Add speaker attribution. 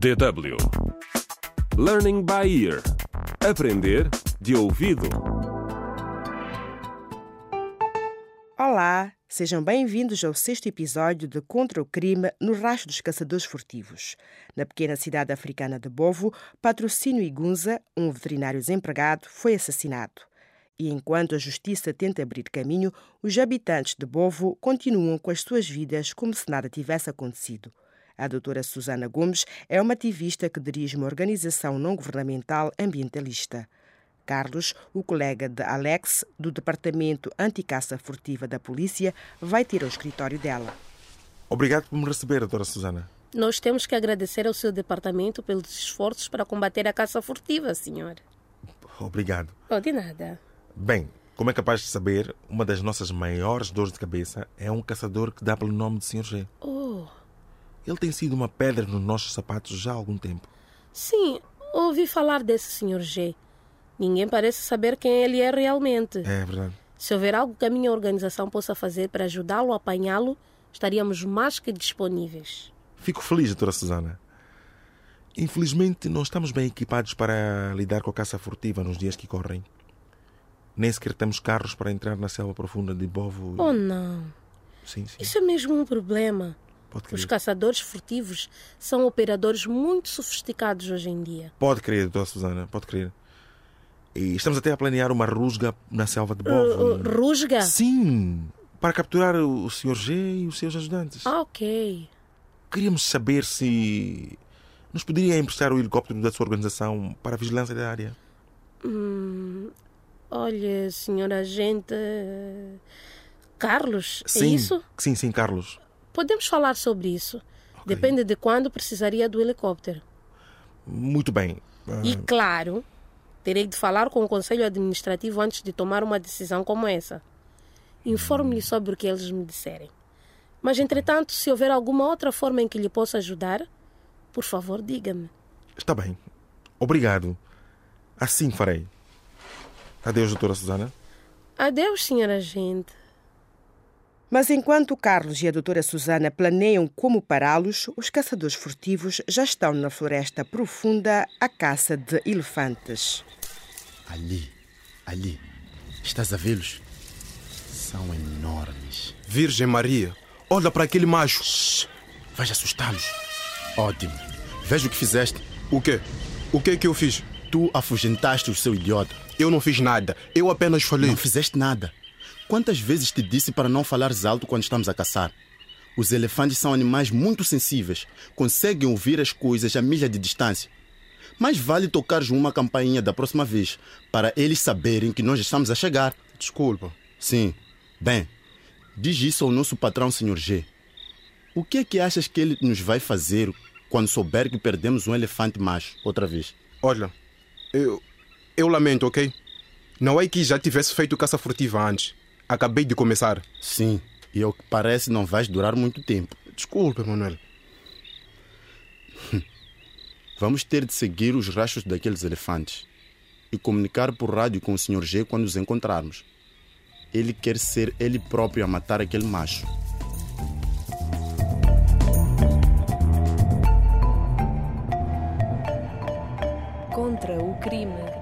Speaker 1: DW Learning by Ear Aprender de ouvido
Speaker 2: Olá, sejam bem-vindos ao sexto episódio de Contra o Crime no Rastro dos Caçadores Furtivos. Na pequena cidade africana de Bovo, Patrocínio Igunza, um veterinário desempregado, foi assassinado. E enquanto a justiça tenta abrir caminho, os habitantes de Bovo continuam com as suas vidas como se nada tivesse acontecido. A doutora Susana Gomes é uma ativista que dirige uma organização não governamental ambientalista. Carlos, o colega de Alex, do Departamento Anticaça Furtiva da Polícia, vai ter ao escritório dela.
Speaker 3: Obrigado por me receber, Dra. Susana.
Speaker 4: Nós temos que agradecer ao seu departamento pelos esforços para combater a caça furtiva, senhor.
Speaker 3: Obrigado.
Speaker 4: Oh, de nada.
Speaker 3: Bem, como é capaz de saber, uma das nossas maiores dores de cabeça é um caçador que dá pelo nome de Sr. G.
Speaker 4: Oh,
Speaker 3: Ele tem sido uma pedra nos nossos sapatos já há algum tempo.
Speaker 4: sim, ouvi falar desse senhor G. Ninguém parece saber quem ele é realmente.
Speaker 3: É verdade.
Speaker 4: Se houver algo que a minha organização possa fazer para ajudá-lo a apanhá-lo, estaríamos mais que disponíveis.
Speaker 3: Fico feliz, Dra. Susana. Infelizmente, não estamos bem equipados para lidar com a caça furtiva nos dias que correm. Nem sequer temos carros para entrar na selva profunda de Bovo.
Speaker 4: Oh, não.
Speaker 3: Sim, sim.
Speaker 4: Isso é mesmo um problema.
Speaker 3: Pode crer.
Speaker 4: Os caçadores furtivos são operadores muito sofisticados hoje em dia.
Speaker 3: Pode crer, Dra. Susana, pode crer. E estamos até a planear uma rusga na selva de
Speaker 4: Uh,
Speaker 3: Bovo.
Speaker 4: uh, Rusga?
Speaker 3: Sim, para capturar o Sr. G e os seus ajudantes.
Speaker 4: Ah, ok.
Speaker 3: Queríamos saber se nos poderia emprestar o helicóptero da sua organização para a vigilância da área.
Speaker 4: Hum, olha, senhor agente. eh, Carlos, é
Speaker 3: Sim,
Speaker 4: isso?
Speaker 3: sim, sim, Carlos.
Speaker 4: Podemos falar sobre isso. Depende de quando precisaria do helicóptero.
Speaker 3: Muito bem. Ah,
Speaker 4: E claro, terei de falar com o conselho administrativo antes de tomar uma decisão como essa. Informe-lhe
Speaker 3: Hum.
Speaker 4: sobre o que eles me disserem. Mas, entretanto, se houver alguma outra forma em que lhe possa ajudar, por favor, diga-me.
Speaker 3: Está bem. Obrigado. Assim farei. Adeus, doutora Susana.
Speaker 4: Adeus, senhor agente.
Speaker 2: Mas enquanto Carlos e a doutora Susana planeiam como pará-los, os caçadores furtivos já estão na floresta profunda à caça de elefantes.
Speaker 5: Ali, ali. Estás a vê-los? São enormes.
Speaker 6: Virgem Maria, olha para aquele macho.
Speaker 5: Vais assustá-los. Ótimo. Veja o que fizeste.
Speaker 6: O quê? O que é que eu fiz?
Speaker 5: Tu afugentaste o seu idiota.
Speaker 6: Eu não fiz nada. Eu apenas falei.
Speaker 5: Não fizeste nada. Quantas vezes te disse para não falares alto quando estamos a caçar? Os elefantes são animais muito sensíveis. Conseguem ouvir as coisas a milha de distância. Mais vale tocares uma campainha da próxima vez para eles saberem que nós estamos a chegar.
Speaker 6: Desculpa.
Speaker 5: Sim. Bem, diz isso ao nosso patrão, Sr. G. O que é que achas que ele nos vai fazer quando souber que perdemos um elefante macho outra vez?
Speaker 6: Olha, eu, eu lamento, ok? Não é que já tivesse feito caça furtiva antes. Acabei de começar.
Speaker 5: Sim, e ao que parece não vais durar muito tempo.
Speaker 6: Desculpa, Manuel.
Speaker 5: Vamos ter de seguir os rastros daqueles elefantes e comunicar por rádio com o Sr. G quando os encontrarmos. Ele quer ser ele próprio a matar aquele macho.
Speaker 7: Contra o crime.